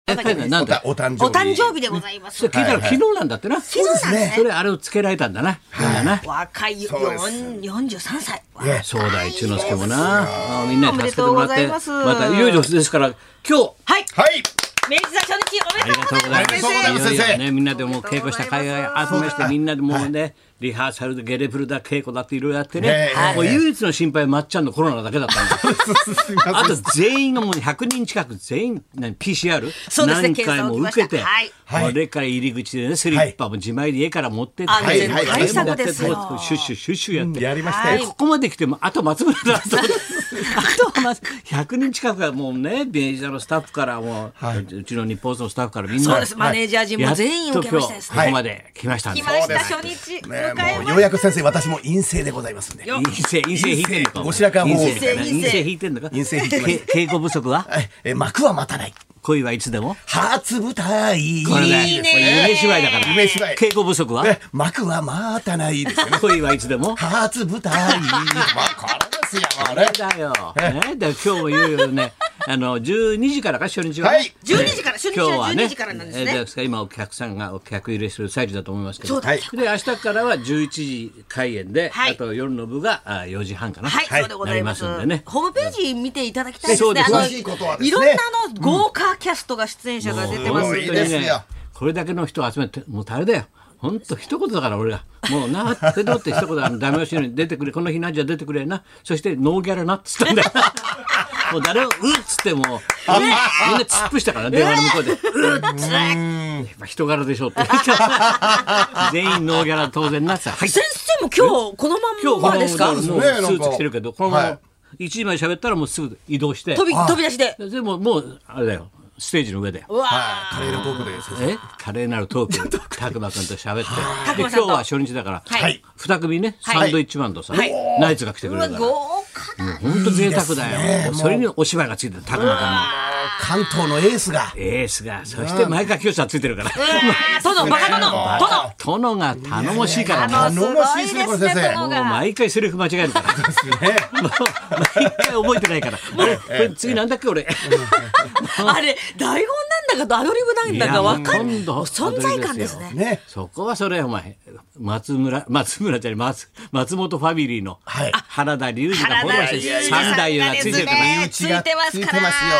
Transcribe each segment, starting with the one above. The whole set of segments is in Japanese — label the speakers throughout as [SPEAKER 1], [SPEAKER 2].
[SPEAKER 1] バカじゃないです
[SPEAKER 2] な
[SPEAKER 1] か
[SPEAKER 2] んだ
[SPEAKER 3] お誕生日
[SPEAKER 1] お誕生日でございま
[SPEAKER 2] そ
[SPEAKER 1] す
[SPEAKER 2] れ聞いたら昨日なんだってな。
[SPEAKER 1] 昨日なんですね
[SPEAKER 2] それあれをつけられたんだな。みんなな。
[SPEAKER 1] 若いよ
[SPEAKER 3] そうです
[SPEAKER 1] 43歳
[SPEAKER 3] ね
[SPEAKER 2] 正代一之輔もな。あみんなに助けてもらっ
[SPEAKER 1] おめ
[SPEAKER 2] て。
[SPEAKER 1] でとうございます
[SPEAKER 2] また、いよいよですから、今日、
[SPEAKER 1] はい
[SPEAKER 3] はい
[SPEAKER 1] 明治座初日お
[SPEAKER 2] あ
[SPEAKER 1] め
[SPEAKER 2] り
[SPEAKER 1] で
[SPEAKER 2] が
[SPEAKER 1] と
[SPEAKER 2] と
[SPEAKER 1] う
[SPEAKER 2] うご
[SPEAKER 1] ご
[SPEAKER 2] ざいま
[SPEAKER 1] ざいま
[SPEAKER 3] ありがとうござ
[SPEAKER 2] すす。
[SPEAKER 3] います先生
[SPEAKER 2] いよいよね、みんなでもう稽古した海外集めして、みんなでもうね、リハーサルでゲレブルだ、稽古だっていろいろやってね
[SPEAKER 3] ねえ。
[SPEAKER 2] もう唯一の心配はまっちゃんのコロナだけだったんだ。
[SPEAKER 3] すいません
[SPEAKER 2] あと全員がもう100人近く全員何 PCR
[SPEAKER 1] そうですね
[SPEAKER 2] 何回も受けて、
[SPEAKER 1] 検査を受け
[SPEAKER 3] ましたはい
[SPEAKER 2] これから入り口でねスリッパも自前で家から持ってって、
[SPEAKER 1] はい
[SPEAKER 3] あ全部対
[SPEAKER 2] 全部やっ
[SPEAKER 1] 策
[SPEAKER 2] て
[SPEAKER 1] ですよ
[SPEAKER 2] こうシュッシュシュッシュやって、
[SPEAKER 3] やりました
[SPEAKER 1] はい
[SPEAKER 3] よ
[SPEAKER 2] ここまで来てもあと松村だ と思ってあとはまず100人近くがもうねベージャーのスタッフからもう、
[SPEAKER 3] はいう
[SPEAKER 2] ちの日本放送のスタッフからみんな
[SPEAKER 1] そうですマネージャー陣も全員受けました
[SPEAKER 2] やっ
[SPEAKER 1] です
[SPEAKER 2] と
[SPEAKER 1] ね
[SPEAKER 2] 今日ここまで来ましたんで
[SPEAKER 1] 来まし
[SPEAKER 3] そ
[SPEAKER 1] た初
[SPEAKER 3] うで
[SPEAKER 1] 日迎
[SPEAKER 3] ね
[SPEAKER 1] え
[SPEAKER 3] もう
[SPEAKER 1] ま
[SPEAKER 3] ようやく先生私も陰性でございますんで
[SPEAKER 1] よ
[SPEAKER 2] 陰性陰性引いてんのか
[SPEAKER 3] ご白河法皇
[SPEAKER 2] 陰性
[SPEAKER 1] みたいな
[SPEAKER 2] 陰性引いてんのか
[SPEAKER 3] 陰性引いてます
[SPEAKER 2] け稽古不足は
[SPEAKER 3] はいえ幕は待たない
[SPEAKER 2] 恋はいつでも
[SPEAKER 3] 初舞台
[SPEAKER 2] これね
[SPEAKER 1] いいね
[SPEAKER 2] これ夢芝居だから
[SPEAKER 3] 夢芝居
[SPEAKER 2] 稽古不足は
[SPEAKER 3] ね幕は待たないですよね
[SPEAKER 2] 恋はいつでも
[SPEAKER 3] 初舞台まあこれですよこ
[SPEAKER 2] あれ
[SPEAKER 3] れ
[SPEAKER 2] だよ、ね、で今日もいよいよねあの12時からか初日は、ね
[SPEAKER 3] はい
[SPEAKER 1] 12時から初日は
[SPEAKER 2] 今
[SPEAKER 1] 12時からなんですね
[SPEAKER 2] えーですから今お客さんがお客入れする最中だと思いますけど
[SPEAKER 1] そうだ
[SPEAKER 3] はい
[SPEAKER 2] で明日からは11時開演で、
[SPEAKER 1] はい
[SPEAKER 2] あと夜の部があ4時半かな、
[SPEAKER 1] はい、
[SPEAKER 3] はい
[SPEAKER 1] そうでございます
[SPEAKER 2] なりますんでね
[SPEAKER 1] ホームページ見ていただきたいですね
[SPEAKER 2] そうです
[SPEAKER 1] あの
[SPEAKER 3] 詳しいことはですね
[SPEAKER 1] いろんなあの豪華キャストが出演者が出てます
[SPEAKER 2] もう
[SPEAKER 3] いいですよ
[SPEAKER 2] これだけの人を集めてもう大変だよほんと一言だから俺がもうなってどうって一言あのダメ押しのように出てくれこの日なんじゃ出てくれなそしてノーギャラなっつったんだよもう誰もうっつってもうみんなみんな突っ伏したから電話の向こうでうっつらいやっぱ人柄でしょって全員ノーギャラ当然なってたはい
[SPEAKER 1] 先生も今日この
[SPEAKER 2] 今日
[SPEAKER 1] まんまですか
[SPEAKER 2] もう
[SPEAKER 3] す
[SPEAKER 2] も
[SPEAKER 3] ね
[SPEAKER 2] うス
[SPEAKER 3] なん
[SPEAKER 2] ー
[SPEAKER 3] か
[SPEAKER 2] ツ着てるけどこのま
[SPEAKER 3] は
[SPEAKER 2] ま
[SPEAKER 3] い
[SPEAKER 2] 1時まで喋ったらもうすぐ移動して
[SPEAKER 1] 飛び飛び出しで
[SPEAKER 2] でももうあれだよステージの上だよ
[SPEAKER 1] うわー
[SPEAKER 3] あーカレーのトークで先生
[SPEAKER 2] え華麗なるトークで拓磨君と喋ってで今
[SPEAKER 1] 拓磨
[SPEAKER 2] 日
[SPEAKER 1] さんと
[SPEAKER 2] は初日だから
[SPEAKER 1] はい
[SPEAKER 2] 2組ね
[SPEAKER 1] はい
[SPEAKER 2] サンドイッチマンとさ
[SPEAKER 1] はい
[SPEAKER 2] ナイツが来てく
[SPEAKER 1] う
[SPEAKER 2] れ
[SPEAKER 1] わ
[SPEAKER 2] るから
[SPEAKER 1] 豪華だ
[SPEAKER 2] 本当贅沢だよそれにお芝居がついてる拓磨君の
[SPEAKER 3] 関東のエースが
[SPEAKER 2] エースがそして前川清さんついてるから
[SPEAKER 1] 殿バカ殿殿
[SPEAKER 2] 殿が頼もしいから
[SPEAKER 1] あ
[SPEAKER 2] ね
[SPEAKER 1] の
[SPEAKER 3] 頼もしいですね
[SPEAKER 1] すごいですね
[SPEAKER 3] これ先生
[SPEAKER 1] 殿
[SPEAKER 2] もう
[SPEAKER 1] が
[SPEAKER 2] 毎回セリフ間違えるから
[SPEAKER 3] ね
[SPEAKER 2] もう毎回覚えてないからあれこれ次なんだっけ 俺
[SPEAKER 1] あれ台本なんだかアドリブなんだかわかん
[SPEAKER 2] いやもう今度
[SPEAKER 1] 存在感ですね
[SPEAKER 3] ね
[SPEAKER 2] そこはそれお前松村松村じゃない松松本ファミリーの
[SPEAKER 3] はい
[SPEAKER 2] 原田龍二がフォローして
[SPEAKER 1] 原田龍二
[SPEAKER 2] 三太夫がついてるから
[SPEAKER 3] 身内
[SPEAKER 1] つい
[SPEAKER 3] が
[SPEAKER 1] てますか
[SPEAKER 3] ついて
[SPEAKER 1] ら
[SPEAKER 3] ますよ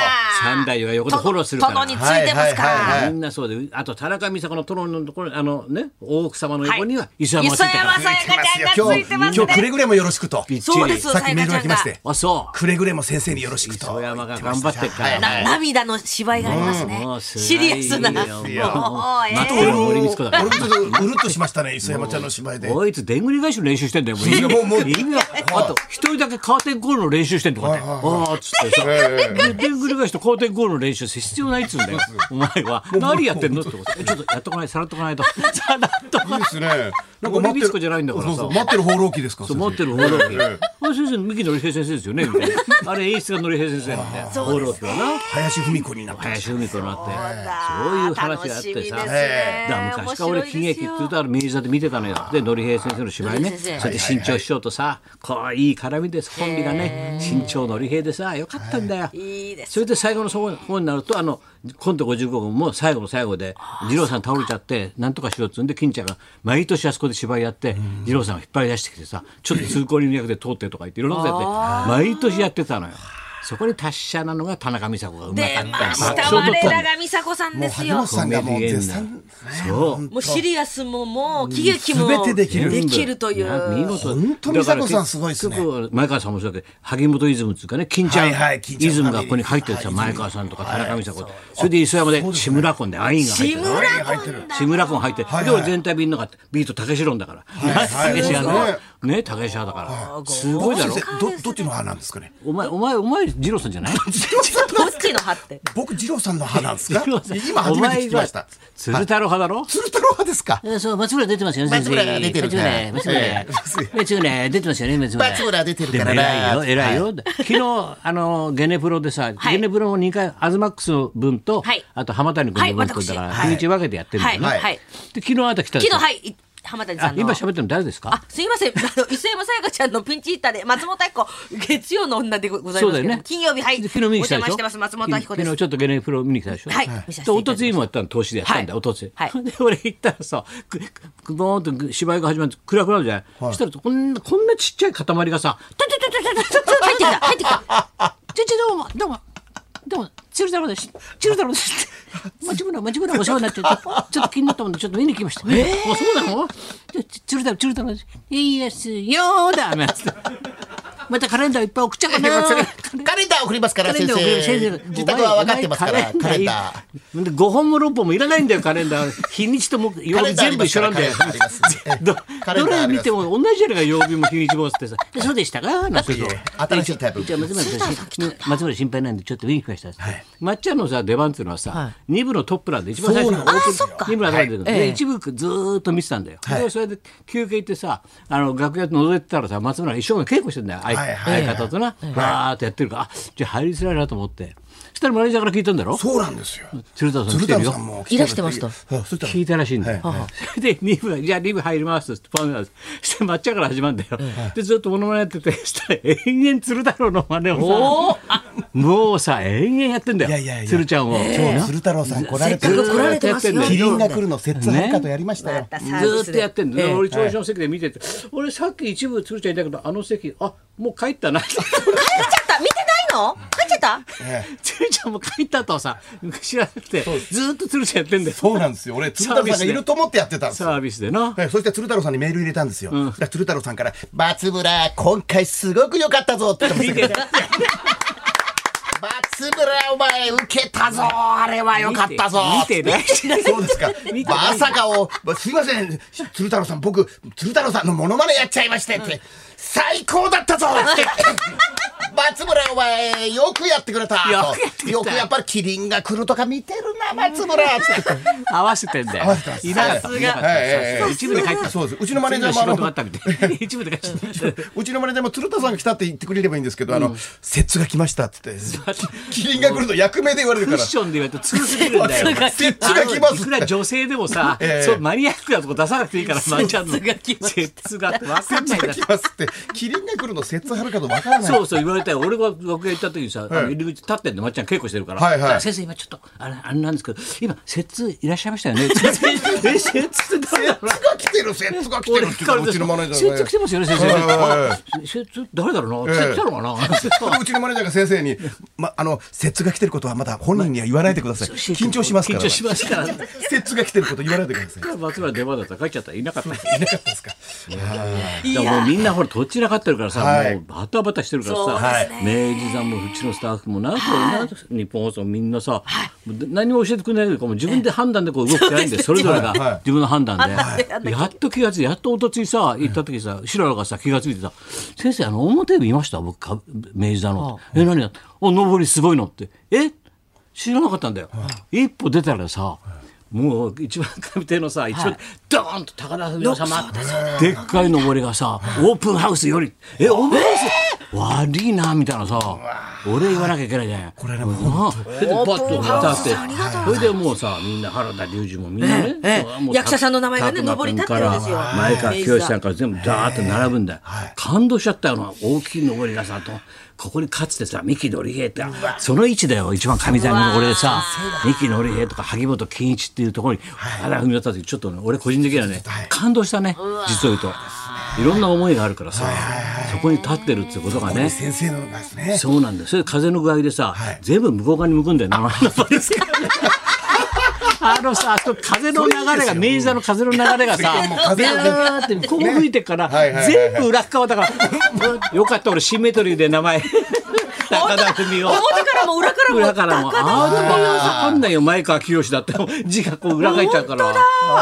[SPEAKER 2] 三太夫が横でフォローするか
[SPEAKER 1] 殿
[SPEAKER 2] ら
[SPEAKER 1] についてます
[SPEAKER 3] はいはい
[SPEAKER 1] か
[SPEAKER 3] はい
[SPEAKER 2] みんなそうであと田中美佐子の殿のところあのね大奥様の横には磯山が
[SPEAKER 1] 磯
[SPEAKER 2] ついてる
[SPEAKER 1] 山
[SPEAKER 2] から
[SPEAKER 1] さやかちゃん
[SPEAKER 3] 今
[SPEAKER 1] がつ
[SPEAKER 3] 日
[SPEAKER 1] いてま
[SPEAKER 3] 今
[SPEAKER 1] す
[SPEAKER 3] 日くれ
[SPEAKER 1] ね
[SPEAKER 3] ぐれもよろしくと
[SPEAKER 2] びっちり
[SPEAKER 1] そうです
[SPEAKER 3] さっきメールが来まし
[SPEAKER 1] さや
[SPEAKER 3] て
[SPEAKER 2] あそう
[SPEAKER 3] くれぐれも先生によろしくと
[SPEAKER 2] 磯山が頑張ってっから
[SPEAKER 3] はい
[SPEAKER 1] な涙の芝居がありますね
[SPEAKER 2] もうす
[SPEAKER 1] シ
[SPEAKER 2] ごい
[SPEAKER 1] リ
[SPEAKER 2] よ
[SPEAKER 1] アスなもう
[SPEAKER 2] もう
[SPEAKER 1] え
[SPEAKER 3] あと
[SPEAKER 1] ー
[SPEAKER 3] 俺
[SPEAKER 2] 俺
[SPEAKER 3] も
[SPEAKER 2] も
[SPEAKER 3] 俺
[SPEAKER 2] 森
[SPEAKER 3] も
[SPEAKER 2] 光
[SPEAKER 3] ち
[SPEAKER 2] 子
[SPEAKER 3] ょっ
[SPEAKER 2] だから
[SPEAKER 3] とうるっとしましたね磯山ちゃんの芝居で
[SPEAKER 2] こいつでんぐり返しの練習してんだよもう意味が
[SPEAKER 3] もうもう
[SPEAKER 2] 意味があと一人だけカーテンコールの練習してんとかねああっつってさででんぐり返しとカーテンコールの練習して必要ないっつうんだよお前は何やってんのってことちょっとやっとかないさらっとかないとさらっとかない
[SPEAKER 3] ですね。なん
[SPEAKER 2] 森光子じゃないんだから
[SPEAKER 3] そ
[SPEAKER 2] さ
[SPEAKER 3] うそう待ってる放浪記ですか。
[SPEAKER 2] と持って
[SPEAKER 3] る。
[SPEAKER 2] る放浪記
[SPEAKER 3] ええ
[SPEAKER 2] あれ先生三木のり平先生ですよねみたいなあれ演出がのり平先生なんだよ放浪記はな
[SPEAKER 3] 林芙美子になってまし
[SPEAKER 2] 林芙美子になってそういう話があってさ
[SPEAKER 1] 楽しみです
[SPEAKER 3] え
[SPEAKER 1] ね
[SPEAKER 2] だから昔から俺喜劇って
[SPEAKER 1] 面白
[SPEAKER 2] 言
[SPEAKER 1] いですよ
[SPEAKER 2] うとあの明治座で見てたのよで典平先生の芝居ね
[SPEAKER 1] 典平先生
[SPEAKER 2] それで新潮師匠とさこういい絡みですコンビがね新潮典平でさよかったんだよ
[SPEAKER 1] いいですね
[SPEAKER 2] それで最後のそこ方になるとあのコント55号も最後の最後で二郎さん倒れちゃってなんとかしようっつうんで金ちゃんが毎年あそこで芝居やって二郎さんを引っ張り出してきてさちょっと通行人の役で通ってとか言っていろんなことやって毎年やってたのよそこに達者なのが田中美佐子がうまかった
[SPEAKER 1] 出まし
[SPEAKER 2] 爆
[SPEAKER 1] た
[SPEAKER 2] 笑
[SPEAKER 1] 我
[SPEAKER 2] 取った
[SPEAKER 1] ら
[SPEAKER 2] の
[SPEAKER 1] が美佐子さん
[SPEAKER 3] た。も
[SPEAKER 1] で
[SPEAKER 3] う
[SPEAKER 1] す
[SPEAKER 3] 萩
[SPEAKER 1] よ
[SPEAKER 3] 本さんがもう絶賛。
[SPEAKER 2] そう
[SPEAKER 1] もうシリアスももう喜劇も
[SPEAKER 3] 全てできる
[SPEAKER 1] できるとい
[SPEAKER 2] や見
[SPEAKER 1] う
[SPEAKER 2] 事
[SPEAKER 3] 本当美佐子さんすごいっすね
[SPEAKER 2] だから結局前川さんもそうだけど萩本イズムっていうかね金ちゃん、
[SPEAKER 3] はいはい金ちゃん
[SPEAKER 2] イズムがここに入ってるさ、
[SPEAKER 3] はい
[SPEAKER 2] 前川さんとか田中美佐子、それで磯山で志村君でアインが入って
[SPEAKER 1] 志
[SPEAKER 2] る
[SPEAKER 1] 村
[SPEAKER 3] 入ってる。
[SPEAKER 2] 志村君入って、
[SPEAKER 3] はい
[SPEAKER 2] で俺全体見んのがビートたけし論だから、
[SPEAKER 3] はい
[SPEAKER 2] たけしや
[SPEAKER 3] は
[SPEAKER 2] の
[SPEAKER 3] い
[SPEAKER 2] ねたけしやだからすごいだろ
[SPEAKER 3] 先生どどっちの派なんですかね。
[SPEAKER 2] お前お前お前二郎さんじゃない
[SPEAKER 1] どっちの派って
[SPEAKER 3] 僕二郎さんの派なんですか。
[SPEAKER 2] 二郎さん
[SPEAKER 3] 今初めて聞きまし
[SPEAKER 2] お前は
[SPEAKER 3] た。
[SPEAKER 2] 鶴太郎派だろ、
[SPEAKER 3] 鶴太郎派ですか。
[SPEAKER 2] えそう松村出てますよね先生
[SPEAKER 3] 松村出てるから
[SPEAKER 2] 松村
[SPEAKER 3] ええ
[SPEAKER 2] 松村松村出てますよね松村
[SPEAKER 3] 松村出てるから
[SPEAKER 2] でも偉いよ
[SPEAKER 3] な
[SPEAKER 2] 偉いよ昨日あのゲネプロでさ
[SPEAKER 1] はい
[SPEAKER 2] ゲネプロを2回アズマックスの分と
[SPEAKER 1] はい
[SPEAKER 2] あと浜谷君の分と
[SPEAKER 1] はい
[SPEAKER 2] だから
[SPEAKER 1] 私
[SPEAKER 2] 日にち分けてやってるんだよ
[SPEAKER 1] はい
[SPEAKER 2] ね
[SPEAKER 1] はい
[SPEAKER 2] で昨日あなた来たでし
[SPEAKER 1] 昨
[SPEAKER 2] ょ
[SPEAKER 1] 日はい浜谷さ
[SPEAKER 2] あ
[SPEAKER 1] んの
[SPEAKER 2] 今喋ってるの誰ですか
[SPEAKER 1] あすいませんあの磯山さやかちゃんのピンチヒッターで松本明子月曜の女でごござい
[SPEAKER 2] そう
[SPEAKER 1] ま
[SPEAKER 2] だ
[SPEAKER 1] すけ
[SPEAKER 2] よ
[SPEAKER 1] ど、
[SPEAKER 2] ね。
[SPEAKER 1] 金曜日はいお
[SPEAKER 2] 昨日見に来た
[SPEAKER 1] 邪
[SPEAKER 2] で
[SPEAKER 1] 魔
[SPEAKER 2] しょ
[SPEAKER 1] してます松本明子
[SPEAKER 2] 昨
[SPEAKER 1] で
[SPEAKER 2] 日
[SPEAKER 1] す
[SPEAKER 2] ちょっとゲネプロ見に来たでしょ
[SPEAKER 1] はい
[SPEAKER 2] で
[SPEAKER 1] 見させていただきました
[SPEAKER 2] 一昨日もやったの投資でやったんだ
[SPEAKER 1] は
[SPEAKER 2] よ一
[SPEAKER 1] い
[SPEAKER 2] 昨日
[SPEAKER 1] はい
[SPEAKER 2] で俺行ったらさくくぼーんと芝居が始まって暗くなるじゃないそしたらこんなこんなちっちゃい塊がさ「トゥトゥトゥトゥトゥトゥ
[SPEAKER 1] 入ってきた入ってきた
[SPEAKER 2] ちょちょどうもどうもどうも鶴太郎です鶴太郎です町村町村お世話になってちょっと気になったもんでちょっと見に来ましたえあそうなのでち鶴太郎鶴太郎ですいいですよーだなんつってまたカレンダーいっぱい送っちゃおうかな
[SPEAKER 3] カレンダー送りますから
[SPEAKER 2] カレ
[SPEAKER 3] 先
[SPEAKER 2] ンダー送
[SPEAKER 3] 生
[SPEAKER 2] れ先生
[SPEAKER 3] 自宅は分かってますからカレンダー
[SPEAKER 2] ー5本も6本もいらないんだよカレンダー日にちとも曜
[SPEAKER 3] カレ
[SPEAKER 2] 日
[SPEAKER 3] ンダーあ
[SPEAKER 2] 全
[SPEAKER 3] り
[SPEAKER 2] 部
[SPEAKER 3] ま
[SPEAKER 2] 一
[SPEAKER 3] す
[SPEAKER 2] 緒なんだよ
[SPEAKER 3] からカレンダーあります
[SPEAKER 2] ど
[SPEAKER 3] カレン
[SPEAKER 2] ど
[SPEAKER 3] ダーあ
[SPEAKER 2] れ
[SPEAKER 3] り
[SPEAKER 2] 見
[SPEAKER 3] ます
[SPEAKER 2] ても同じじゃないか曜日も日にちもっ つってさでそうでしたかなんて言うと
[SPEAKER 3] 新しいタイプ
[SPEAKER 2] じゃあ松村さん松村心配なんでちょっと見に来ましたっつって、まっちゃんのさ出番っていうのはさ、二部のトップなんで一番最初のオープン2部の中で,、で一部ずーっと見てたんだよ、でそれで休憩行ってさあの楽屋覗いてたらさ松村が一生懸命稽古してんだよ相,、
[SPEAKER 3] はいはい
[SPEAKER 2] 相方とな、わーっとやってるからあじゃあ入りづらいなと思ってそしたらマネージャーから聞いたんだろ
[SPEAKER 4] そうなんですよ。
[SPEAKER 2] 鶴田さん来
[SPEAKER 4] 鶴
[SPEAKER 2] てる
[SPEAKER 4] 田
[SPEAKER 2] よ
[SPEAKER 4] さんも
[SPEAKER 1] いらしてました
[SPEAKER 4] あそしたら
[SPEAKER 2] 聞いたらしいんだよ、
[SPEAKER 4] は
[SPEAKER 2] それで2部じゃあ2部入りますってパンなんですそして抹茶から始まるんだよ、でずっとモノマネやっててそしたら延々鶴太郎の真似をさもうさ延々やってんだよ
[SPEAKER 4] いやいやいや
[SPEAKER 2] 鶴ちゃんを、
[SPEAKER 4] 今日鶴太郎さん来られて
[SPEAKER 1] せっ
[SPEAKER 4] る
[SPEAKER 1] かく来られてますよ
[SPEAKER 4] キリンが来るの摂津ハかとやりましたよ。
[SPEAKER 1] またサービスで
[SPEAKER 2] ずーっとやってんの、
[SPEAKER 1] ええ
[SPEAKER 2] 俺調子の席で見てて、俺さっき一部鶴ちゃんいたけどあの席あもう帰ったな
[SPEAKER 1] 帰っちゃった見てないの帰っちゃった
[SPEAKER 4] ええ
[SPEAKER 2] 鶴ちゃんも帰ったとはさ知らなくてずーっと鶴ちゃんやってんだよ
[SPEAKER 4] そうなんですよ。俺鶴太郎さんがいると思ってやってたんです
[SPEAKER 2] サ
[SPEAKER 4] よ。
[SPEAKER 2] ービスでな
[SPEAKER 4] はいそして鶴太郎さんにメール入れたんですよ。そしたら鶴太郎さんから
[SPEAKER 3] 「松村今回すごく良かったぞ」って言ってましたけど 松村お前受けたぞあれは良かったぞ
[SPEAKER 2] 見て見てないし
[SPEAKER 4] 「そうですか
[SPEAKER 2] 見てない
[SPEAKER 3] まさかを、まあすいません、鶴太郎さん、僕、鶴太郎さんのモノマネやっちゃいましてって、最高だったぞって。 松村お前よくやってくれたと
[SPEAKER 2] よくやってくれた
[SPEAKER 3] よくやっぱりキリンが来るとか見てるな松 村って
[SPEAKER 2] 合わせてんだよ。
[SPEAKER 4] わせてます
[SPEAKER 2] いなかった。いなかった
[SPEAKER 4] はいはいはい
[SPEAKER 2] そう一部で帰った。
[SPEAKER 4] そうですうちのマネージャーも
[SPEAKER 2] 次
[SPEAKER 4] あ
[SPEAKER 2] の
[SPEAKER 4] の
[SPEAKER 2] 仕事があったみたい。一部 で帰っちゃった。
[SPEAKER 4] うちのマネージャーも鶴太郎さんが来たって言ってくれればいいんですけどあの摂津が来ましたって言ってキリンが来ると役名で言われる
[SPEAKER 2] ク
[SPEAKER 4] か
[SPEAKER 2] ッ
[SPEAKER 4] ら
[SPEAKER 2] ションで言われると強すぎるんだ よ。
[SPEAKER 4] 摂津が来ま
[SPEAKER 2] い
[SPEAKER 4] す
[SPEAKER 2] く
[SPEAKER 4] っ
[SPEAKER 2] ら
[SPEAKER 4] て
[SPEAKER 2] 女性でもさ、
[SPEAKER 4] ええ
[SPEAKER 2] そうマニアックなとこ出さなくていいから、まんちゃんの。 接通がってわかんないんだ
[SPEAKER 4] 来ますってキリンが来るの摂津はるかとわからない
[SPEAKER 2] そうそう言われたよ俺が楽屋行った時にさ、あの入り口立ってんのまっちゃん稽古してるから「
[SPEAKER 4] はいはい
[SPEAKER 2] 先生今ちょっとあれあれなんですけど今摂津いらっしゃいましたよ ね」え摂津って誰だろうな
[SPEAKER 4] 摂津が来てる摂津が来てる
[SPEAKER 2] 俺
[SPEAKER 4] って
[SPEAKER 2] 聞
[SPEAKER 4] 言
[SPEAKER 2] か
[SPEAKER 4] っ
[SPEAKER 2] れ
[SPEAKER 4] て
[SPEAKER 2] て
[SPEAKER 4] うちのマネージャ
[SPEAKER 2] 摂
[SPEAKER 4] ーが
[SPEAKER 2] 津来てますよね先生」
[SPEAKER 4] はいはいはい
[SPEAKER 2] あ摂津誰だろうな」
[SPEAKER 4] ええ
[SPEAKER 2] 来たのかな
[SPEAKER 4] うちのマネージャーが先生に、ま、あの、摂津が来てることはまだ本人には言わないでください。緊張しますから。
[SPEAKER 2] 緊張しますから。
[SPEAKER 4] 摂津が来てること言わないでください。
[SPEAKER 2] 松村出番だったら帰っちゃったらいなかった。
[SPEAKER 4] いなかったですか。
[SPEAKER 1] い
[SPEAKER 2] だからも
[SPEAKER 1] や
[SPEAKER 2] うみんなほらとっちらかってるからさ、
[SPEAKER 4] はい
[SPEAKER 2] もうバタバタしてるからさ、
[SPEAKER 1] そう
[SPEAKER 2] 明治さんもうちのスタッフもな、こうな日本放送みんなさ、もう何も教えてくれないけどもう自分で判断でこう動くしかないんでそれぞれ
[SPEAKER 4] はいはい
[SPEAKER 2] が自分の判断で、
[SPEAKER 1] 判断でやんなきゃいけない
[SPEAKER 2] やっと気がついてやっとおとついさ行った時さ白良がさ気がついてさ「先生あの表見ました僕か明治座の」え何だお上りすごいの」って「え知らなかったんだよ、一歩出たらさ、もう一番上手のさ一番、ドーンと高田文夫様でっかい上りがさオープンハウスよりえオープンハウス、悪いなみたいなさ俺言わなきゃいけないじゃんこれでもうそれでパッと立ってそれでもうさみんな原田龍二もみんなね、
[SPEAKER 1] ええ
[SPEAKER 2] そうもう
[SPEAKER 1] 役者さんの名前がね
[SPEAKER 2] 拓磨
[SPEAKER 1] 上り立って
[SPEAKER 2] 君
[SPEAKER 1] る
[SPEAKER 2] か
[SPEAKER 1] んで
[SPEAKER 2] ら
[SPEAKER 1] すよ
[SPEAKER 2] 前川清さんから全部ダーッと並ぶんだよ、感動しちゃったよな大きい上りがさとここにかつてさ三木のり平ってその位置だよ一番上座の俺でさ三木のり平とか萩本欽一っていうところに原田文夫た時ちょっとね俺個人的にはね感動したね実を言うといろんな思いがあるからさそこに立ってるっていうことがね
[SPEAKER 4] 先生のです ね。
[SPEAKER 2] そうなんだよ。それで風の具合でさ、
[SPEAKER 4] はい
[SPEAKER 2] 全部向こう側に向くんだよな。 あのさ、あと風の流れが、明治座の風の流れがさ、
[SPEAKER 4] もう風がね
[SPEAKER 2] ビャーってこう吹いてから、
[SPEAKER 4] はいはいはいはい
[SPEAKER 2] 全部裏側だ から、よかった俺シンメトリーで名前、高田文夫。
[SPEAKER 1] 表からも裏からも
[SPEAKER 2] 裏からも、ああ、でもわかんないよ、前川清だって、字がこう裏書いちゃうから。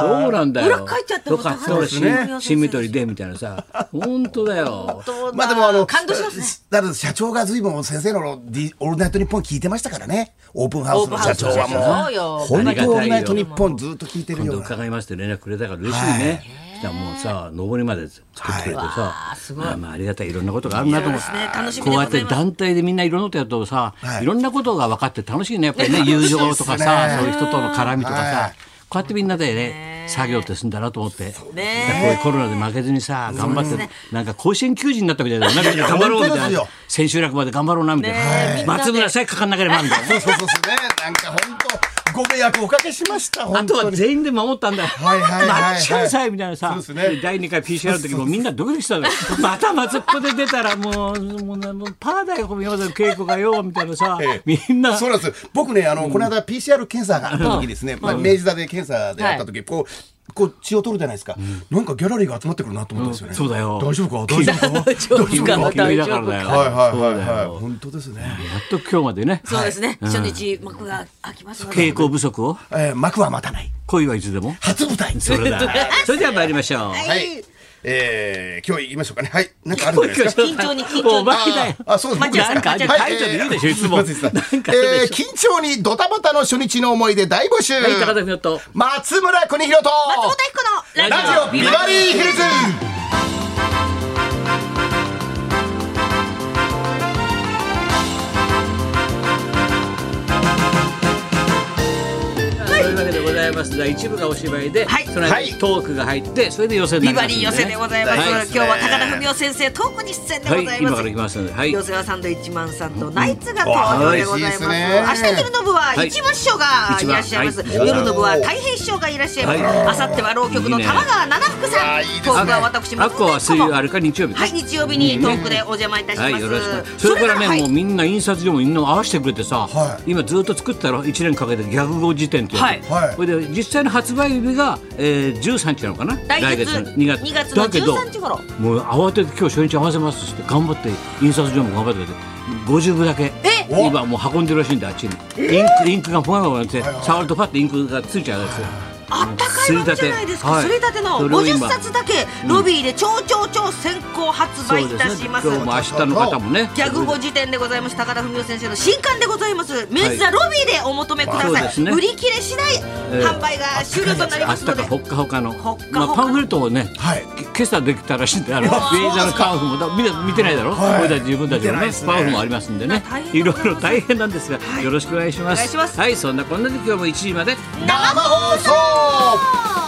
[SPEAKER 2] そうなんだよ。
[SPEAKER 1] 裏書いちゃっても
[SPEAKER 2] よかった、俺
[SPEAKER 4] そうです
[SPEAKER 1] ね
[SPEAKER 2] シンメトリーでみたいなさ、本当だよ。
[SPEAKER 4] まあでもあの、
[SPEAKER 1] 感動しますね
[SPEAKER 4] だから社長が随分先生のディオールナイトニッポン聞いてましたからね。オープンハウスの社長はもう。
[SPEAKER 1] そうよ
[SPEAKER 4] 本当
[SPEAKER 2] ありがたいよ
[SPEAKER 4] オールナイトニッポンずっと聞いてる
[SPEAKER 2] 今
[SPEAKER 4] よ
[SPEAKER 2] 度
[SPEAKER 4] うな。
[SPEAKER 2] 伺いまして連絡くれたから嬉しいね。じゃもうさ上りまで作ってくれてさ、まあまあありがたいいろんなことがあるなと思って
[SPEAKER 1] そうですね楽しみで
[SPEAKER 2] こ
[SPEAKER 1] ご
[SPEAKER 2] う
[SPEAKER 1] ざ
[SPEAKER 2] や
[SPEAKER 1] い
[SPEAKER 2] っ
[SPEAKER 1] ます
[SPEAKER 2] て団体でみんないろんなことやるとさ、、
[SPEAKER 4] はいい
[SPEAKER 2] ろんなことが分かって楽しいねやっぱりね友情とか
[SPEAKER 4] 楽しいっす
[SPEAKER 2] さ
[SPEAKER 4] ね
[SPEAKER 2] そういう人との絡みとかさ、
[SPEAKER 4] はい
[SPEAKER 2] こうやってみんなでね作業ってすんだなと思って。こうい
[SPEAKER 1] ね
[SPEAKER 2] うコロナで負けずにさ頑張ってなんか甲子園球児になったみたいだよなんか頑張ろうみ
[SPEAKER 4] 本
[SPEAKER 2] た
[SPEAKER 4] 当
[SPEAKER 2] い
[SPEAKER 4] です
[SPEAKER 2] な
[SPEAKER 4] よ
[SPEAKER 2] 千秋楽まで頑張ろうなみたい
[SPEAKER 1] ね
[SPEAKER 2] な、
[SPEAKER 1] え
[SPEAKER 2] 松村さえかかんなければみたいな
[SPEAKER 4] そうそうそうそうね。なんか本当ご迷惑おかけしました。
[SPEAKER 2] あ
[SPEAKER 4] 本
[SPEAKER 2] と
[SPEAKER 4] 当
[SPEAKER 2] は
[SPEAKER 4] に。
[SPEAKER 2] 全員で守ったんだよ。
[SPEAKER 4] はいはいはいはい
[SPEAKER 2] 待ちなさいみたいなさ、
[SPEAKER 4] そうですね
[SPEAKER 2] 第2回 PCR の時もみんなドキドキしたんだよ。 また松っ子で出たらもう、もうなもうパーだよ、この山崎恵子がよ、みたいなさ
[SPEAKER 4] ええ、
[SPEAKER 2] みんな。
[SPEAKER 4] そうなんです。僕ね、あの、この間 PCR 検査があった時ですね、まあ、明治座で検査であった時、こう、こう血を取るじゃないですか、なんかギャラリーが集まってくるなと思ったんですよね。
[SPEAKER 2] そうだよ
[SPEAKER 4] 大丈夫か大丈夫か
[SPEAKER 1] 大丈夫か
[SPEAKER 4] 大丈夫か
[SPEAKER 2] 君だからだよ。
[SPEAKER 4] はいはい
[SPEAKER 2] そう
[SPEAKER 4] はい
[SPEAKER 2] だ
[SPEAKER 4] はい。
[SPEAKER 2] よ
[SPEAKER 4] 本当ですね。
[SPEAKER 2] やっと今日までね、
[SPEAKER 1] そうですね。初日幕が開きますので。
[SPEAKER 2] 傾向不足を、
[SPEAKER 4] えー、幕は待たない。
[SPEAKER 2] 恋はいつでも。
[SPEAKER 4] 初舞台。
[SPEAKER 2] それだ。それでは参りましょう。
[SPEAKER 4] はい。えー、今日行きましょうかね。はい。なんかあるんじゃないですか。
[SPEAKER 1] 緊張に緊張に
[SPEAKER 2] お前だよ。
[SPEAKER 4] あ、そうです
[SPEAKER 1] 待
[SPEAKER 4] 僕
[SPEAKER 1] って
[SPEAKER 4] で
[SPEAKER 1] く
[SPEAKER 4] す
[SPEAKER 1] ださい
[SPEAKER 4] か。
[SPEAKER 2] なんかある
[SPEAKER 1] は
[SPEAKER 2] タ
[SPEAKER 1] い
[SPEAKER 2] イトル言うでしょ、いつも。
[SPEAKER 4] え
[SPEAKER 2] な
[SPEAKER 4] ー松井さん
[SPEAKER 2] んかある
[SPEAKER 4] え
[SPEAKER 2] で
[SPEAKER 4] ー
[SPEAKER 2] し
[SPEAKER 4] 緊張にドタバタの初日の思い出大募集。
[SPEAKER 2] ょ。はい、高田文夫と。
[SPEAKER 4] 松村邦弘と。
[SPEAKER 1] 松本彦の
[SPEAKER 4] ラジオビバリーヒルズ。
[SPEAKER 2] というわけでございますが一部がお芝居で、
[SPEAKER 1] はい
[SPEAKER 2] その間にトークが入ってそれで予選にな
[SPEAKER 1] ビ
[SPEAKER 2] りま
[SPEAKER 1] バ
[SPEAKER 2] すん
[SPEAKER 1] リ
[SPEAKER 2] でね
[SPEAKER 1] ー予選でございます。
[SPEAKER 4] は
[SPEAKER 1] 今
[SPEAKER 4] い
[SPEAKER 1] 日は高田文夫先生、トークに出演でございます。
[SPEAKER 2] はい今から行きますのではい
[SPEAKER 1] 寄せ和さんと一万さんとナイツが登場でございます。
[SPEAKER 4] うんあー
[SPEAKER 1] 明日昼の部は
[SPEAKER 2] はい
[SPEAKER 1] 一番師匠がいらっしゃいます。
[SPEAKER 2] 一番はい
[SPEAKER 1] 夜の部は太平師匠がいらっしゃいます。
[SPEAKER 2] はい
[SPEAKER 1] 明後日は浪曲の玉川七福さん。
[SPEAKER 4] いいね
[SPEAKER 1] トークは私も。
[SPEAKER 2] アッコは水曜あれか日曜日
[SPEAKER 1] はい、日曜日にトークでお邪魔いたします。
[SPEAKER 2] はいよろしくそれからね、
[SPEAKER 1] はい
[SPEAKER 2] もうみんな印刷所もみんな合わせてくれてさ、
[SPEAKER 4] は
[SPEAKER 2] 今ずっと作ったろ1年かけて逆語辞典っていうの、
[SPEAKER 1] はい
[SPEAKER 4] はい
[SPEAKER 2] これで実際の発売日が、えー、13日なのかな
[SPEAKER 1] 来月
[SPEAKER 2] の
[SPEAKER 1] 2月の
[SPEAKER 2] だけど
[SPEAKER 1] 13日頃
[SPEAKER 2] もう慌てて今日初日合わせますっつって頑張って印刷所も頑張ってくれて50部だけ
[SPEAKER 1] え
[SPEAKER 2] 今もう運んでるらしいんだあっちにインクインクがふわふわって触るとパッてインクがついちゃうやつ
[SPEAKER 1] あったかいわけじゃないですか。
[SPEAKER 2] はい
[SPEAKER 1] すりたての
[SPEAKER 2] それを
[SPEAKER 1] 50
[SPEAKER 2] 今
[SPEAKER 1] 冊だけロビーで超超超先行発売いたします。
[SPEAKER 2] そうですね今日も明日の方もね
[SPEAKER 1] ギャグ語辞典でございます高田文夫先生の新刊でございます明治座ロビーでお求めくだ
[SPEAKER 2] そう
[SPEAKER 1] さ
[SPEAKER 2] で
[SPEAKER 1] い、
[SPEAKER 2] すね
[SPEAKER 1] 売り切れ次第、
[SPEAKER 2] ええ
[SPEAKER 1] 販売が終了となり
[SPEAKER 2] 明
[SPEAKER 1] ま
[SPEAKER 2] 日
[SPEAKER 1] すの
[SPEAKER 2] か
[SPEAKER 1] で
[SPEAKER 2] ほっかほかの
[SPEAKER 1] ほっかほか
[SPEAKER 2] まあ、パンフレットをね、
[SPEAKER 4] はい
[SPEAKER 2] け今朝できたらしいんであの明治座のカンフもだ見て見てないだろ、
[SPEAKER 4] はい
[SPEAKER 2] 俺たち自分たち
[SPEAKER 4] 見て
[SPEAKER 2] の
[SPEAKER 4] な
[SPEAKER 2] ね
[SPEAKER 4] いですね
[SPEAKER 2] パンフもありますんでね
[SPEAKER 1] 大変
[SPEAKER 2] い
[SPEAKER 1] で
[SPEAKER 2] ろ
[SPEAKER 1] ございます
[SPEAKER 2] いろ大変なんですが、よろしくお願いします
[SPEAKER 1] お願いします
[SPEAKER 2] はいそんなこんなで今日も1時まで
[SPEAKER 4] 生放送。
[SPEAKER 1] あー